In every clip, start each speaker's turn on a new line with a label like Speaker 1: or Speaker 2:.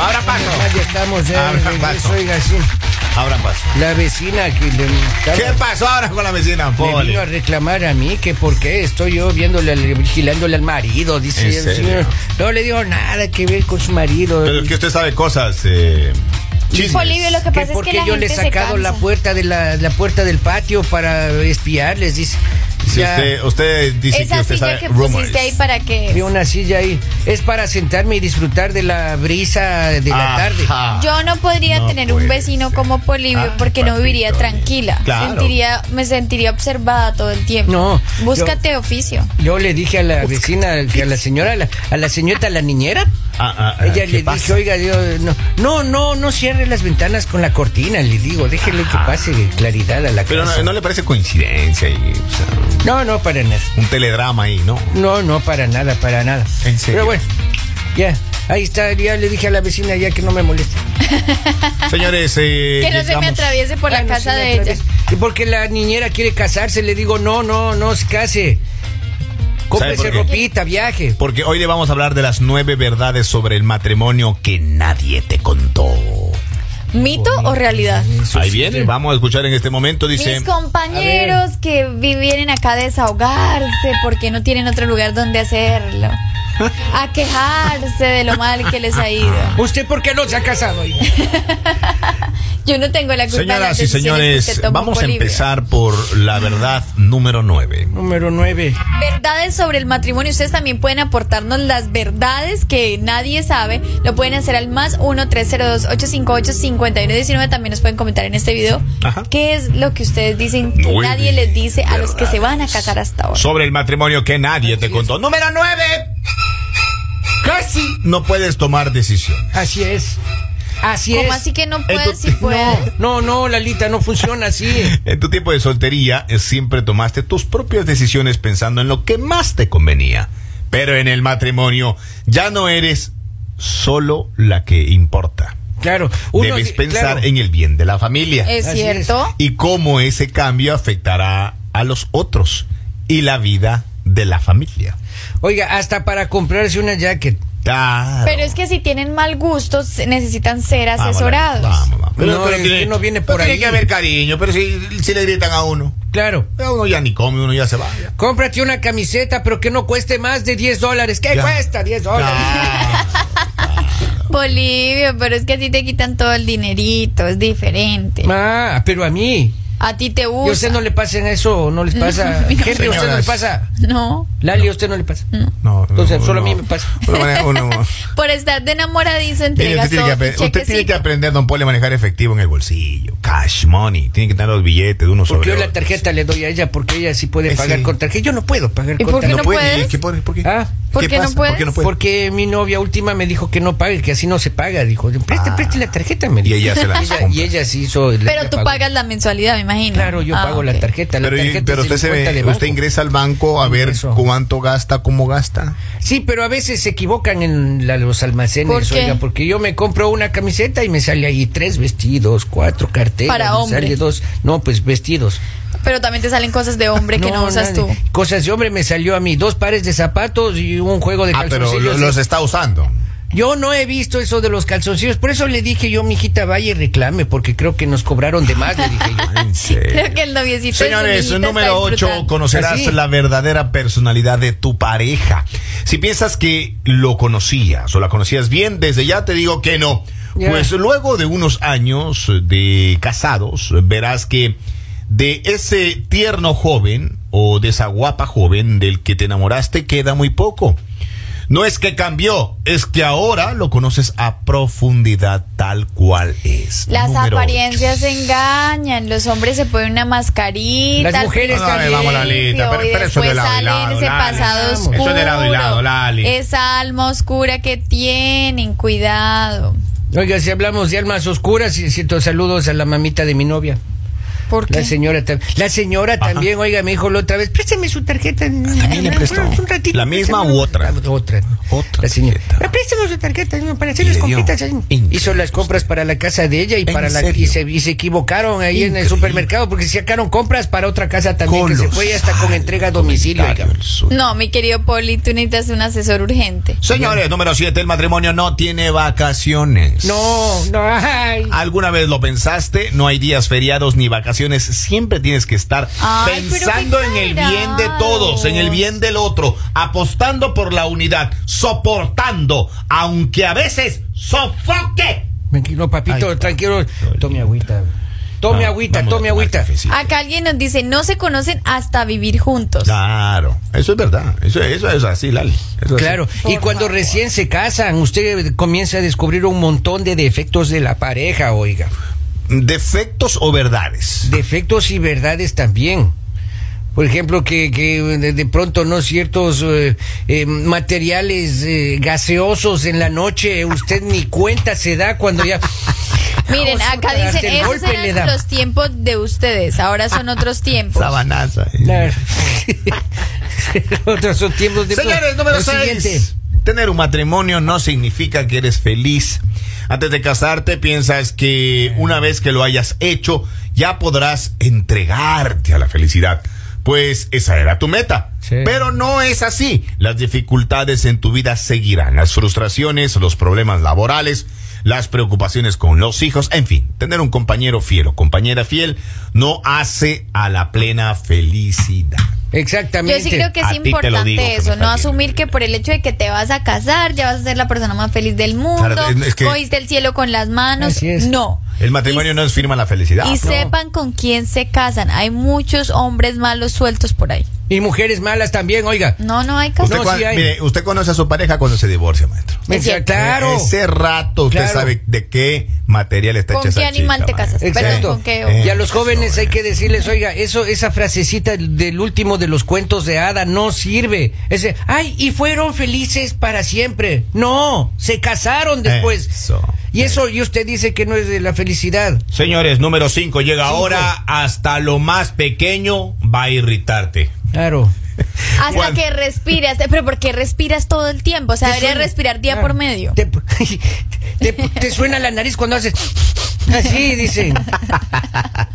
Speaker 1: abra paso.
Speaker 2: Ya estamos ya de
Speaker 1: Abra
Speaker 2: regreso,
Speaker 1: paso.
Speaker 2: oiga, sí.
Speaker 1: Abra paso.
Speaker 2: La vecina que le,
Speaker 1: ¿Qué pasó ahora con la vecina,
Speaker 2: le vino a
Speaker 1: Poli?
Speaker 2: reclamar a mí que por qué estoy yo viéndole, al- vigilándole al marido, dice
Speaker 1: ¿En
Speaker 2: el
Speaker 1: serio?
Speaker 2: señor. No le dio nada que ver con su marido.
Speaker 1: Pero es que usted sabe cosas. Eh, chismes.
Speaker 3: Polibio, lo que
Speaker 2: que
Speaker 3: pasa es que
Speaker 2: porque
Speaker 3: la
Speaker 2: yo
Speaker 3: gente
Speaker 2: le he
Speaker 3: se
Speaker 2: sacado la
Speaker 3: cansa.
Speaker 2: puerta de la, la puerta del patio para espiarles, dice.
Speaker 1: Si
Speaker 2: Ya,
Speaker 1: usted, usted dice que
Speaker 3: Esa
Speaker 1: usted sabe
Speaker 3: silla que
Speaker 1: rumors.
Speaker 3: pusiste ahí para
Speaker 2: vi
Speaker 3: que...
Speaker 2: una silla ahí. Es para sentarme y disfrutar de la brisa de la tarde.
Speaker 1: Ajá. Ah,
Speaker 3: Yo no podría
Speaker 1: No
Speaker 3: tener
Speaker 1: puede
Speaker 3: un vecino
Speaker 1: ser.
Speaker 3: como Polibio
Speaker 2: Ah,
Speaker 1: Ay,
Speaker 3: porque no viviría
Speaker 1: papito,
Speaker 3: tranquila.
Speaker 1: claro.
Speaker 3: Sentiría, me sentiría observada todo el tiempo.
Speaker 2: No, yo-
Speaker 3: Búscate oficio.
Speaker 2: Yo le dije a la vecina, que a la señora, a la, a la señorita, a la niñera.
Speaker 1: Ah, ah, ah,
Speaker 2: Ella
Speaker 1: ¿qué
Speaker 2: le
Speaker 1: pasa?
Speaker 2: dijo, oiga, yo, no, no, no, no cierre las ventanas con la cortina, le digo, déjele que
Speaker 1: Ajá.
Speaker 2: pase claridad a la
Speaker 1: Ah. Pero
Speaker 2: casa.
Speaker 1: no, no le parece coincidencia y, o sea,
Speaker 2: no, no, para nada.
Speaker 1: un teledrama ahí, ¿no?
Speaker 2: No, no, para nada, para nada.
Speaker 1: ¿En serio?
Speaker 2: Pero bueno, ya, ahí está, ya le dije a la vecina ya que no me moleste.
Speaker 1: Señores, eh,
Speaker 3: Que no se me
Speaker 1: llegamos-
Speaker 3: atraviese por
Speaker 2: Ah,
Speaker 3: la
Speaker 2: no,
Speaker 3: casa
Speaker 2: sí,
Speaker 3: de
Speaker 2: otra
Speaker 3: ella.
Speaker 2: vez. Y porque la niñera quiere casarse, le digo, no, no, no se case. Cómprese
Speaker 1: por qué?
Speaker 2: ropita, viaje.
Speaker 1: Porque hoy le vamos a hablar de las nueve verdades sobre el matrimonio que nadie te contó.
Speaker 3: ¿Mito o realidad?
Speaker 1: Ahí viene, vamos a escuchar en este momento, dice...
Speaker 3: Mis compañeros que vi- vienen acá a desahogarse porque no tienen otro lugar donde hacerlo. A quejarse de lo mal que les ha ido.
Speaker 2: ¿Usted por qué no se ha casado? oiga?
Speaker 3: Yo no tengo la este culpa de las
Speaker 1: Señoras y
Speaker 3: decisiones que
Speaker 1: señores,
Speaker 3: usted tomó,
Speaker 1: vamos a
Speaker 3: Polibio.
Speaker 1: empezar por la verdad número nueve.
Speaker 2: Número 9.
Speaker 3: Verdades sobre el matrimonio. Ustedes también pueden aportarnos las verdades que nadie sabe. Lo pueden hacer al más 1-302-858-5119. También nos pueden comentar en este video
Speaker 1: Ajá.
Speaker 3: qué es lo que ustedes dicen que
Speaker 1: Nueve
Speaker 3: nadie les dice a los que se van a
Speaker 1: verdades.
Speaker 3: casar hasta ahora.
Speaker 1: Sobre el matrimonio que nadie te contó. Número nueve. Casi no puedes tomar decisiones.
Speaker 2: Así es. Así
Speaker 3: Como
Speaker 2: es.
Speaker 3: así que no pueden
Speaker 1: Entonces,
Speaker 3: si pueden?
Speaker 2: No, no, Lalita, no funciona así.
Speaker 1: En tu tiempo de soltería eh, siempre tomaste tus propias decisiones pensando en lo que más te convenía. Pero en el matrimonio ya no eres solo la que importa.
Speaker 2: Claro.
Speaker 1: Debes
Speaker 2: sí,
Speaker 1: pensar
Speaker 2: claro.
Speaker 1: en el bien de la familia.
Speaker 3: ¿Es
Speaker 2: Así
Speaker 3: cierto?
Speaker 1: y cómo ese cambio afectará a los otros y la vida de la familia.
Speaker 2: Oiga, hasta para comprarse una jacket.
Speaker 1: Claro.
Speaker 3: Pero es que si tienen mal gusto, se- necesitan ser
Speaker 1: Vamos,
Speaker 3: asesorados.
Speaker 1: Vamos, vamos.
Speaker 2: No, es que no viene por
Speaker 1: eh,
Speaker 2: ahí.
Speaker 1: Tiene que haber cariño, pero si, si le gritan a uno,
Speaker 2: Claro.
Speaker 1: a uno ya ni come, uno ya se va. ya.
Speaker 2: Cómprate una camiseta, pero que no cueste más de 10 dólares. ¿Qué
Speaker 1: Ya.
Speaker 2: cuesta 10 dólares?
Speaker 1: Claro.
Speaker 3: Bolivio, pero es que a ti te quitan todo el dinerito, es diferente.
Speaker 2: Ah, pero a mí.
Speaker 3: A ti te
Speaker 2: ¿Y a usted
Speaker 3: gusta.
Speaker 2: no le pasen eso? ¿No les pasa? Henry, ¿a usted no le
Speaker 1: Señoras.
Speaker 2: pasa?
Speaker 3: No.
Speaker 2: Lali, ¿a usted no le pasa?
Speaker 1: No,
Speaker 2: Entonces,
Speaker 1: no,
Speaker 2: solo a
Speaker 1: no.
Speaker 2: mí me pasa.
Speaker 1: Uno maneja- uno-
Speaker 3: Por estar de enamoradizo
Speaker 1: Mire,
Speaker 3: entregas
Speaker 1: usted, tiene
Speaker 3: todo
Speaker 1: que,
Speaker 3: tu
Speaker 1: apre- usted tiene que
Speaker 3: chequecito.
Speaker 1: aprender, don Poli, a manejar efectivo en el bolsillo. Cash money. Tiene que tener los billetes de uno
Speaker 2: Porque
Speaker 1: sobre
Speaker 2: yo la
Speaker 1: otro.
Speaker 2: tarjeta le doy a ella porque ella sí
Speaker 1: Eh,
Speaker 2: puede pagar
Speaker 1: sí. Pues,
Speaker 2: con tarjeta. Yo no puedo pagar
Speaker 3: ¿Y
Speaker 2: con
Speaker 3: por qué
Speaker 2: tarjeta.
Speaker 1: No,
Speaker 3: no
Speaker 1: puede.
Speaker 3: puedes?
Speaker 1: ¿Qué pone? ¿Por qué?
Speaker 2: Ah,
Speaker 3: ¿por qué no
Speaker 1: pasa? ¿Por qué no
Speaker 3: puedes?
Speaker 1: puede?
Speaker 2: Porque mi novia última me dijo que no pague, que así no se paga. Dijo, preste,
Speaker 1: Ah.
Speaker 2: preste la tarjeta, me
Speaker 1: Y
Speaker 2: dijo.
Speaker 1: ella se las
Speaker 2: Ella-
Speaker 1: compra.
Speaker 2: y ella sí hizo. la-
Speaker 3: Pero
Speaker 2: la
Speaker 3: tú
Speaker 2: pagó.
Speaker 3: pagas la mensualidad, me imagino.
Speaker 2: Claro, yo
Speaker 3: Ah,
Speaker 2: pago la
Speaker 3: ok.
Speaker 2: tarjeta. La
Speaker 1: Pero, y-
Speaker 2: tarjeta
Speaker 1: pero
Speaker 2: es
Speaker 1: usted, se
Speaker 2: cuenta de
Speaker 1: ve,
Speaker 2: banco.
Speaker 1: usted ingresa al banco a ver
Speaker 2: Ingreso.
Speaker 1: cuánto gasta, cómo gasta.
Speaker 2: Sí, pero a veces se equivocan en la- los almacenes,
Speaker 3: ¿Por qué?
Speaker 2: oiga, porque yo me compro una camiseta y me sale ahí tres vestidos, cuatro carteras,
Speaker 3: Para
Speaker 2: me
Speaker 3: hombre.
Speaker 2: sale dos, no, pues vestidos.
Speaker 3: Pero también te salen cosas de hombre que no, usas
Speaker 2: nada.
Speaker 3: tú.
Speaker 2: Cosas de hombre me salió a mí, dos pares de zapatos y un juego de
Speaker 1: Ah, pero
Speaker 2: calzoncillos.
Speaker 1: lo- los está usando.
Speaker 2: Yo no he visto eso de los calzoncillos, por eso le dije yo, mijita, vaya y reclame, porque creo que nos cobraron de más, le dije yo.
Speaker 1: En serio.
Speaker 3: Creo que el noviecito. de su
Speaker 1: Señores,
Speaker 3: amiguita
Speaker 1: número
Speaker 3: está
Speaker 1: 8,
Speaker 3: disfrutando.
Speaker 1: conocerás
Speaker 2: Así.
Speaker 1: la verdadera personalidad de tu pareja. Si piensas que lo conocías o la conocías bien, desde ya te digo que no.
Speaker 2: Ya.
Speaker 1: Pues luego de unos años de casados, verás que de ese tierno joven o de esa guapa joven del que te enamoraste queda muy poco. No es que cambió, es que ahora lo conoces a profundidad tal cual es.
Speaker 3: Las
Speaker 1: Número ocho.
Speaker 3: apariencias engañan, los hombres se ponen una mascarita.
Speaker 2: Las
Speaker 3: al
Speaker 2: mujeres
Speaker 3: principio,
Speaker 2: también.
Speaker 1: Ay, vamos, Lalita, pero-
Speaker 3: y
Speaker 1: pero eso es de
Speaker 3: después
Speaker 1: lado y
Speaker 3: salen
Speaker 1: lado,
Speaker 3: ese
Speaker 1: Lali.
Speaker 3: pasado
Speaker 2: Eso
Speaker 3: oscuro.
Speaker 1: es de lado y lado, Lali.
Speaker 3: Esa alma oscura que tienen, cuidado.
Speaker 2: Oiga, si hablamos de almas oscuras, y siento saludos a la mamita de mi novia.
Speaker 3: ¿Por
Speaker 2: La
Speaker 3: qué?
Speaker 2: señora, tam- la señora también, oiga, me dijo la otra vez, préstame su tarjeta.
Speaker 1: también le
Speaker 2: Ah,
Speaker 1: prestó.
Speaker 2: un ratito,
Speaker 1: ¿La misma
Speaker 2: préstame
Speaker 1: u
Speaker 2: un-
Speaker 1: otra?
Speaker 2: Ah, Otra.
Speaker 1: Otra
Speaker 2: La señora.
Speaker 1: tarjeta.
Speaker 2: "Ah, Préstame su tarjeta ¿no? para hacer
Speaker 1: Y
Speaker 2: las
Speaker 1: le dio.
Speaker 2: compritas ahí".
Speaker 1: Increíble.
Speaker 2: Hizo las compras para la casa de ella y
Speaker 1: ¿En
Speaker 2: para la
Speaker 1: serio?
Speaker 2: y se, y se equivocaron ahí en
Speaker 1: Increíble.
Speaker 2: el supermercado porque se sacaron compras para otra casa también que se fue y hasta con
Speaker 1: Colosal
Speaker 2: entrega a domicilio. oiga.
Speaker 1: comentario el suyo.
Speaker 3: No, mi querido Poli, tú necesitas un asesor urgente.
Speaker 1: Señores, número 7, el matrimonio no tiene vacaciones.
Speaker 2: No, no, ay.
Speaker 1: ¿Alguna vez lo pensaste? No hay días feriados ni vacaciones. Siempre tienes que estar
Speaker 3: Ay, pero
Speaker 1: pensando
Speaker 3: qué
Speaker 1: en el bien de
Speaker 3: exagerados.
Speaker 1: todos, en el bien del otro, apostando por la unidad, soportando, aunque a veces sofoque.
Speaker 2: Tranquilo, papito,
Speaker 1: Ay,
Speaker 2: tranquilo.
Speaker 1: papito.
Speaker 2: Tome agüita. Tome
Speaker 1: Ah,
Speaker 2: agüita,
Speaker 1: vamos a
Speaker 2: tome
Speaker 1: tomar
Speaker 2: agüita.
Speaker 1: cafecito.
Speaker 3: Acá alguien nos dice, no se conocen hasta vivir juntos.
Speaker 1: Claro, eso es verdad. Eso, eso es así, Lali. Eso es
Speaker 2: Claro,
Speaker 1: así.
Speaker 2: y cuando recién se casan, usted comienza a descubrir un montón de defectos de la pareja, oiga.
Speaker 1: ¿Defectos o verdades?
Speaker 2: Defectos y verdades también. Por ejemplo, que, que de, de pronto no ciertos eh, eh, materiales eh, gaseosos en la noche, usted ni cuenta se da cuando ya...
Speaker 3: Miren,
Speaker 2: Ojo,
Speaker 3: acá
Speaker 2: hasta
Speaker 3: dicen,
Speaker 2: el
Speaker 3: esos
Speaker 2: golpe le
Speaker 3: eran
Speaker 2: da.
Speaker 3: los tiempos de ustedes, ahora son otros tiempos.
Speaker 1: Sabanaza. eh.
Speaker 2: Claro. Otros son tiempos de...
Speaker 1: Señores, número
Speaker 2: Pues, Lo siguiente.
Speaker 1: 6. Tener un matrimonio no significa que eres feliz. Antes de casarte piensas que una vez que lo hayas hecho, ya podrás entregarte a la felicidad. Pues esa era tu meta.
Speaker 2: Sí.
Speaker 1: Pero no es así. Las dificultades en tu vida seguirán. Las frustraciones, los problemas laborales, las preocupaciones con los hijos. En fin, tener un compañero fiel o compañera fiel no hace a la plena felicidad.
Speaker 3: Yo
Speaker 2: Exactamente.
Speaker 3: sí creo que
Speaker 1: A
Speaker 3: es
Speaker 1: ti te lo
Speaker 3: importante
Speaker 1: digo, que me
Speaker 3: eso,
Speaker 1: está
Speaker 3: no
Speaker 1: bien.
Speaker 3: asumir que por el hecho de que te vas a casar ya vas a ser la persona más feliz del mundo,
Speaker 1: Claro, es- es que-
Speaker 3: cogiste el cielo con las manos,
Speaker 2: Así es.
Speaker 3: no.
Speaker 1: El matrimonio
Speaker 3: Y-
Speaker 1: no es firma la felicidad.
Speaker 3: Y sepan con quién se casan, hay muchos hombres malos sueltos por ahí.
Speaker 2: Y mujeres malas también, oiga.
Speaker 3: No, no hay
Speaker 1: Usted,
Speaker 3: caso.
Speaker 2: No,
Speaker 1: cua-
Speaker 2: sí hay.
Speaker 1: mire, usted conoce a su pareja cuando se divorcia, maestro. Eh,
Speaker 3: Es cierto.
Speaker 2: claro.
Speaker 1: Ese rato usted
Speaker 2: Claro.
Speaker 1: sabe de qué material está
Speaker 3: ¿Con
Speaker 1: hecha esa
Speaker 3: qué animal
Speaker 1: chica,
Speaker 3: te casas?
Speaker 1: maestro.
Speaker 3: Perdón,
Speaker 2: Exacto.
Speaker 3: ¿con qué?
Speaker 1: Eh,
Speaker 2: Y a los jóvenes hay
Speaker 1: sobre.
Speaker 2: que decirles, oiga, eso, esa frasecita del último de los cuentos de hada no sirve. Ese, ay, y fueron felices para siempre. No, se casaron después.
Speaker 1: Eso,
Speaker 2: y eso, y usted dice que no es de la felicidad.
Speaker 1: Señores, número 5 llega
Speaker 2: Cinco.
Speaker 1: ahora hasta lo más pequeño va a irritarte.
Speaker 2: Claro.
Speaker 3: Hasta
Speaker 1: Juan.
Speaker 3: que respiras, pero ¿por qué respiras todo el tiempo? O sea,
Speaker 2: Te
Speaker 3: deberías
Speaker 2: suena-
Speaker 3: respirar día
Speaker 2: claro.
Speaker 3: por medio.
Speaker 2: Te, te- te suena la nariz cuando haces así, dicen.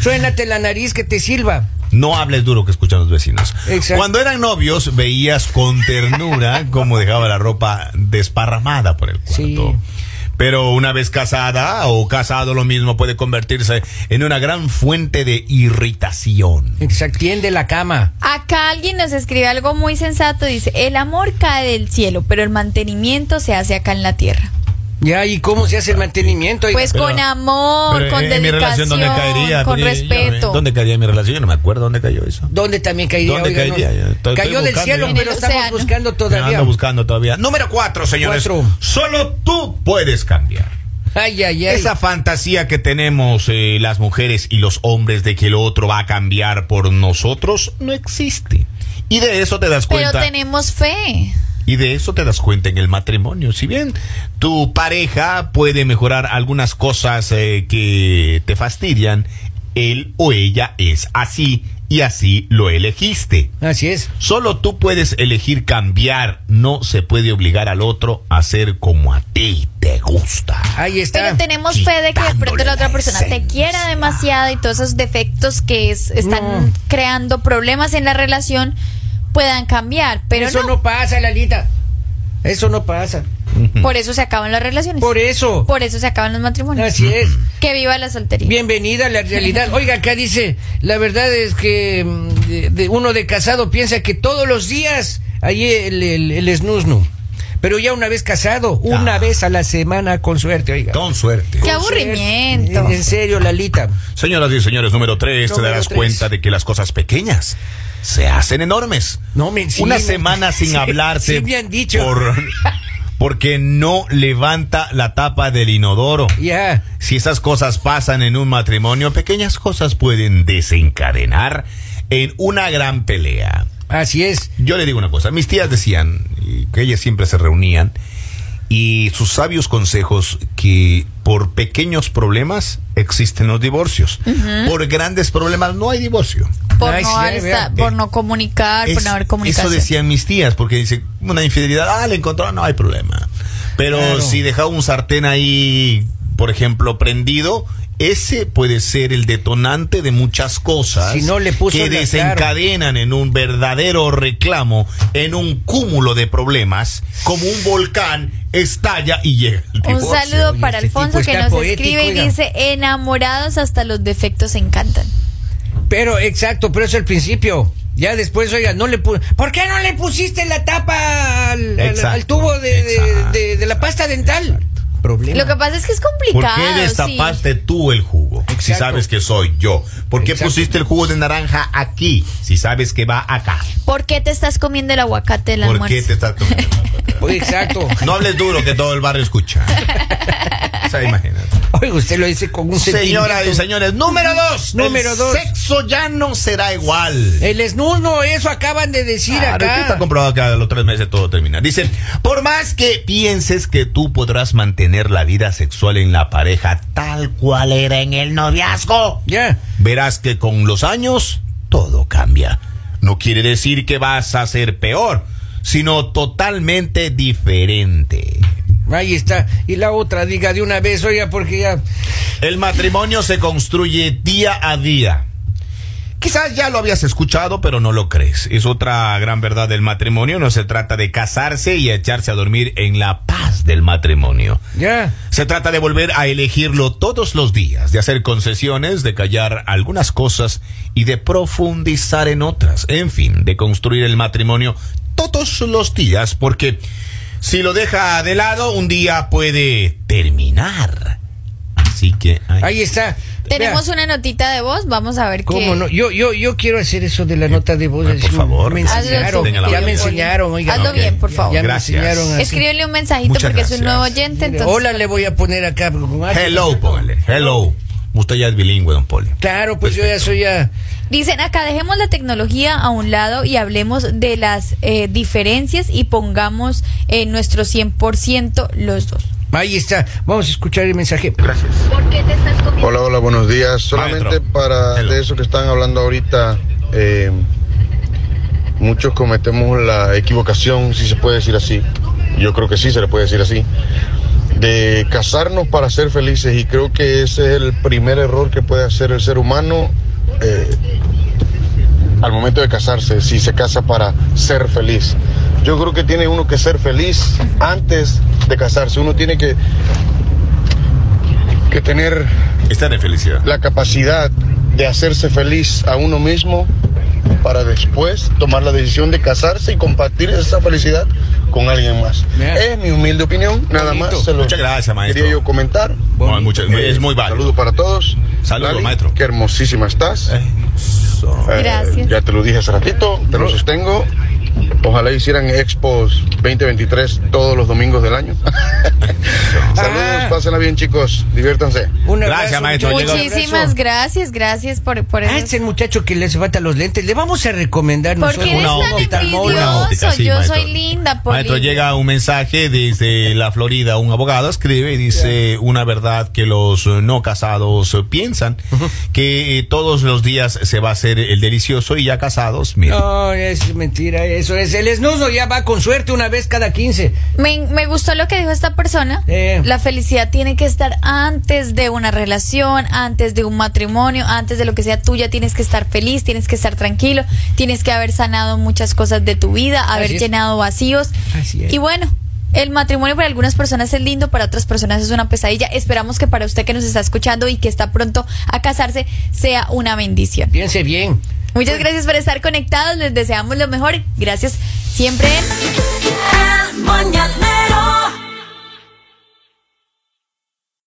Speaker 2: Suénate la nariz que te silba.
Speaker 1: No hables duro que escuchan los vecinos.
Speaker 2: Exacto.
Speaker 1: Cuando eran novios veías con ternura cómo dejaba la ropa desparramada por el cuarto.
Speaker 2: Sí.
Speaker 1: Pero una vez casada o casado lo mismo puede convertirse en una gran fuente de irritación.
Speaker 2: Exacto, tiende la cama.
Speaker 3: Acá alguien nos escribe algo muy sensato, dice, el amor cae del cielo, pero el mantenimiento se hace acá en la tierra.
Speaker 2: Ya, ¿y cómo se hace el mantenimiento? oiga?
Speaker 3: Pues
Speaker 1: Pero-
Speaker 3: con amor,
Speaker 1: Pero,
Speaker 3: con
Speaker 1: eh, mi
Speaker 3: dedicación,
Speaker 1: relación, ¿dónde caería?
Speaker 3: con
Speaker 1: Yo- eh, yo-
Speaker 3: respeto.
Speaker 1: ¿Dónde caería mi relación? Yo no me acuerdo dónde cayó eso.
Speaker 2: ¿Dónde también caería?
Speaker 1: ¿Dónde
Speaker 2: Oiga, no-
Speaker 1: caería? Yo estoy-
Speaker 2: Cayó
Speaker 1: estoy
Speaker 2: del
Speaker 1: buscando,
Speaker 2: cielo,
Speaker 1: ya.
Speaker 3: En
Speaker 2: pero
Speaker 3: el
Speaker 2: estamos
Speaker 3: océano.
Speaker 2: buscando
Speaker 1: Me
Speaker 2: todavía.
Speaker 1: ando buscando todavía. Número cuatro, señores.
Speaker 2: Cuatro.
Speaker 1: Solo tú puedes cambiar.
Speaker 2: Ay, ay, ay.
Speaker 1: Esa fantasía que tenemos eh, las mujeres y los hombres de que el otro va a cambiar por nosotros no existe. Y de eso te das
Speaker 3: Pero
Speaker 1: cuenta.
Speaker 3: tenemos fe.
Speaker 1: Y de eso te das cuenta en el matrimonio. Si bien tu pareja puede mejorar algunas cosas eh, que te fastidian, él o ella es así y así lo elegiste.
Speaker 2: Así es.
Speaker 1: Solo tú puedes elegir cambiar. No se puede obligar al otro a ser como a ti te gusta.
Speaker 2: Ahí está.
Speaker 3: Pero tenemos fe de que de pronto
Speaker 1: quitándole
Speaker 3: la otra
Speaker 1: la
Speaker 3: persona te
Speaker 1: esencia.
Speaker 3: quiera demasiado y todos esos defectos que es- están
Speaker 2: No.
Speaker 3: creando problemas en la relación puedan cambiar. Pero
Speaker 2: Eso no.
Speaker 3: no,
Speaker 2: pasa, Lalita. Eso no pasa.
Speaker 3: por eso se acaban las relaciones.
Speaker 2: Por eso.
Speaker 3: Pues, Por eso se acaban los matrimonios.
Speaker 2: Así es.
Speaker 1: Mm.
Speaker 3: Que viva la soltería.
Speaker 2: Bienvenida a la realidad. Oiga, acá dice, la verdad es que mm, de- de- uno de casado piensa que todos los días hay el, el, el snusnu. Pero ya una vez casado, una
Speaker 1: Ah.
Speaker 2: vez a la semana con suerte, oiga.
Speaker 1: Con suerte.
Speaker 3: Qué
Speaker 2: Con suerte.
Speaker 3: aburrimiento.
Speaker 2: En serio, Lalita.
Speaker 1: Señoras y señores, número tres, te
Speaker 2: Número
Speaker 1: darás
Speaker 2: tres.
Speaker 1: cuenta de que las cosas pequeñas se hacen enormes.
Speaker 2: No, me- sí,
Speaker 1: Una
Speaker 2: me-
Speaker 1: semana sin
Speaker 2: sí,
Speaker 1: hablarse.
Speaker 2: sí me han dicho.
Speaker 1: por- porque no levanta la tapa del inodoro.
Speaker 2: Ya.
Speaker 1: Si esas cosas pasan en un matrimonio, pequeñas cosas pueden desencadenar en una gran pelea.
Speaker 2: Así es.
Speaker 1: Yo le digo una cosa, mis tías decían y que ellas siempre se reunían y sus sabios consejos que por pequeños problemas existen los divorcios. Por grandes problemas no hay divorcio.
Speaker 3: Por,
Speaker 2: Ay,
Speaker 3: no,
Speaker 2: sí,
Speaker 3: haber
Speaker 2: vea.
Speaker 3: esta- por no comunicar, por
Speaker 1: Es-
Speaker 3: no haber
Speaker 1: eso
Speaker 3: comunicación.
Speaker 1: decían mis tías, porque dice una infidelidad, ah, le encontraron, no hay problema. Pero
Speaker 2: Claro.
Speaker 1: si dejaba un sartén ahí, por ejemplo, prendido, ese puede ser el detonante de muchas cosas
Speaker 2: Si no le puso
Speaker 1: que
Speaker 2: la-
Speaker 1: desencadenan en un verdadero reclamo, en un cúmulo de problemas, como un volcán estalla y llega el
Speaker 3: Un
Speaker 1: divorcio.
Speaker 3: saludo
Speaker 2: Oye,
Speaker 3: para
Speaker 2: este
Speaker 3: Alfonso
Speaker 2: tipo
Speaker 3: que
Speaker 2: está
Speaker 3: nos
Speaker 2: poético,
Speaker 3: escribe y
Speaker 2: oiga.
Speaker 3: dice, enamorados hasta los defectos encantan.
Speaker 2: Pero, exacto, pero es el principio. Ya después, oiga, no le pu- ¿Por qué no le pusiste la tapa al, al-
Speaker 1: Exacto,
Speaker 2: al tubo de, de-
Speaker 1: exacto,
Speaker 2: de- de la pasta dental? Problema.
Speaker 3: Lo que pasa es que es
Speaker 1: ¿Por
Speaker 3: complicado.
Speaker 1: qué
Speaker 3: sí.
Speaker 1: destapaste tú el jugo? Si
Speaker 2: Exacto.
Speaker 1: sabes que soy yo. ¿Por qué
Speaker 2: Exacto.
Speaker 1: pusiste el jugo de naranja aquí? Si sabes que va acá.
Speaker 3: ¿Por qué te estás comiendo el aguacate en la
Speaker 1: ¿Por qué te estás tomando?
Speaker 2: Oye, exacto.
Speaker 1: No hables duro que todo el barrio escucha. O sea, imagínate.
Speaker 2: Oiga, usted lo dice con un
Speaker 1: Señoras y
Speaker 2: sentimiento.
Speaker 1: señores, número dos.
Speaker 2: Número
Speaker 1: el
Speaker 2: dos.
Speaker 1: Sexo ya no será igual.
Speaker 2: El esnudo, eso acaban de decir
Speaker 1: Claro, es que está
Speaker 2: acá.
Speaker 1: comprobado que a los tres meses todo termina. Dicen, por más que pienses que tú podrás mantener la vida sexual en la pareja tal cual era en el noviazgo,
Speaker 2: Ya.
Speaker 1: verás que con los años todo cambia. No quiere decir que vas a ser peor, sino totalmente diferente.
Speaker 2: Ahí está. Y la otra, diga de una vez, oiga, porque ya.
Speaker 1: El matrimonio se construye día a día. Quizás ya lo habías escuchado, pero no lo crees. Es otra gran verdad del matrimonio. No se trata de casarse y echarse a dormir en la paz del matrimonio.
Speaker 2: Ya.
Speaker 1: Se trata de volver a elegirlo todos los días, de hacer concesiones, de callar algunas cosas y de profundizar en otras. En fin, de construir el matrimonio todos los días, porque si lo deja de lado, un día puede terminar. Así que... ay,
Speaker 2: Ahí está.
Speaker 3: Tenemos
Speaker 2: Vea,
Speaker 3: una notita de voz, vamos a ver
Speaker 2: ¿Cómo
Speaker 3: qué.
Speaker 2: no? Yo, yo, yo quiero hacer eso de la nota de voz.
Speaker 1: Ah, por
Speaker 2: Es un-
Speaker 1: favor.
Speaker 2: Me
Speaker 1: Hazlo
Speaker 2: enseñaron.
Speaker 1: bien,
Speaker 2: Ya
Speaker 1: Poli.
Speaker 2: me enseñaron, oiga.
Speaker 3: Hazlo
Speaker 1: Ok.
Speaker 3: bien, por favor.
Speaker 2: Ya me
Speaker 1: Gracias.
Speaker 2: enseñaron así.
Speaker 3: Escríbele un mensajito
Speaker 1: Muchas
Speaker 3: porque es un
Speaker 1: gracias.
Speaker 3: nuevo oyente,
Speaker 2: Mire,
Speaker 3: Este, entonces.
Speaker 2: Hola, le voy a poner acá. con-
Speaker 1: Hello, póngale. Hello. Usted ya es bilingüe, don Poli.
Speaker 2: Claro, pues yo ya
Speaker 1: Perfecto.
Speaker 2: soy ya.
Speaker 3: Dicen acá, dejemos la tecnología a un lado y hablemos de las eh, diferencias y pongamos eh, nuestro 100% los dos.
Speaker 2: Ahí está. Vamos a escuchar el mensaje.
Speaker 1: Gracias.
Speaker 4: Hola, hola, buenos días. Solamente
Speaker 1: Maestro.
Speaker 4: para
Speaker 1: Hello.
Speaker 4: de eso que están hablando ahorita, eh, muchos cometemos la equivocación, si se puede decir así. Yo creo que sí se le puede decir así. De casarnos para ser felices y creo que ese es el primer error que puede hacer el ser humano eh, al momento de casarse, si se casa para ser feliz. Yo creo que tiene uno que ser feliz antes de casarse. Uno tiene que, que tener
Speaker 1: Está de felicidad.
Speaker 4: la capacidad de hacerse feliz a uno mismo para después tomar la decisión de casarse y compartir esa felicidad con alguien más.
Speaker 2: Bien.
Speaker 4: Es mi humilde opinión, nada
Speaker 2: Bonito.
Speaker 4: más se lo
Speaker 1: Muchas gracias, maestro.
Speaker 4: quería yo comentar.
Speaker 1: No, hay muchas- es muy válido.
Speaker 4: Saludos para todos.
Speaker 1: Saludos, maestro. Eh.
Speaker 4: Qué hermosísima estás.
Speaker 1: Eso.
Speaker 4: Eh,
Speaker 3: Gracias.
Speaker 4: ya te lo dije hace ratito, te lo sostengo. Ojalá hicieran Expos 2023 todos los domingos del año. Saludos,
Speaker 2: Ah.
Speaker 4: pásenla bien chicos, diviértanse.
Speaker 2: Un
Speaker 1: Gracias,
Speaker 2: abrazo,
Speaker 1: maestro.
Speaker 2: muchacho.
Speaker 1: Llegó-
Speaker 3: Muchísimas gracias, gracias por, por
Speaker 2: Ah,
Speaker 3: eso.
Speaker 2: este muchacho que le hace falta los lentes. Le vamos a recomendar
Speaker 3: Porque
Speaker 2: nosotros
Speaker 3: eres
Speaker 1: Una
Speaker 3: tan
Speaker 1: óptica,
Speaker 2: Mora.
Speaker 1: una óptica,
Speaker 3: envidioso.
Speaker 1: sí,
Speaker 3: Yo
Speaker 1: maestro.
Speaker 3: soy linda, Poli.
Speaker 1: Maestro, llega un mensaje desde la Florida, un abogado escribe y dice una verdad que los eh, no casados eh, piensan, que eh, todos los días se va a hacer el delicioso y ya casados, mira.
Speaker 2: No, es mentira, eso es. El esnudo ya va con suerte una vez cada 15.
Speaker 3: Me, me gustó lo que dijo esta persona.
Speaker 2: Eh.
Speaker 3: La felicidad tiene que estar antes de una relación, antes de un matrimonio, antes de lo que sea tuya. Tienes que estar feliz, tienes que estar tranquilo, tienes que haber sanado muchas cosas de tu vida, haber
Speaker 2: es.
Speaker 3: llenado vacíos.
Speaker 2: Así es.
Speaker 3: Y bueno. El matrimonio para algunas personas es lindo, para otras personas es una pesadilla. Esperamos que para usted que nos está escuchando y que está pronto a casarse sea una bendición.
Speaker 2: Piense bien.
Speaker 3: Muchas gracias por estar conectados, les deseamos lo mejor. Gracias siempre.
Speaker 5: El mañanero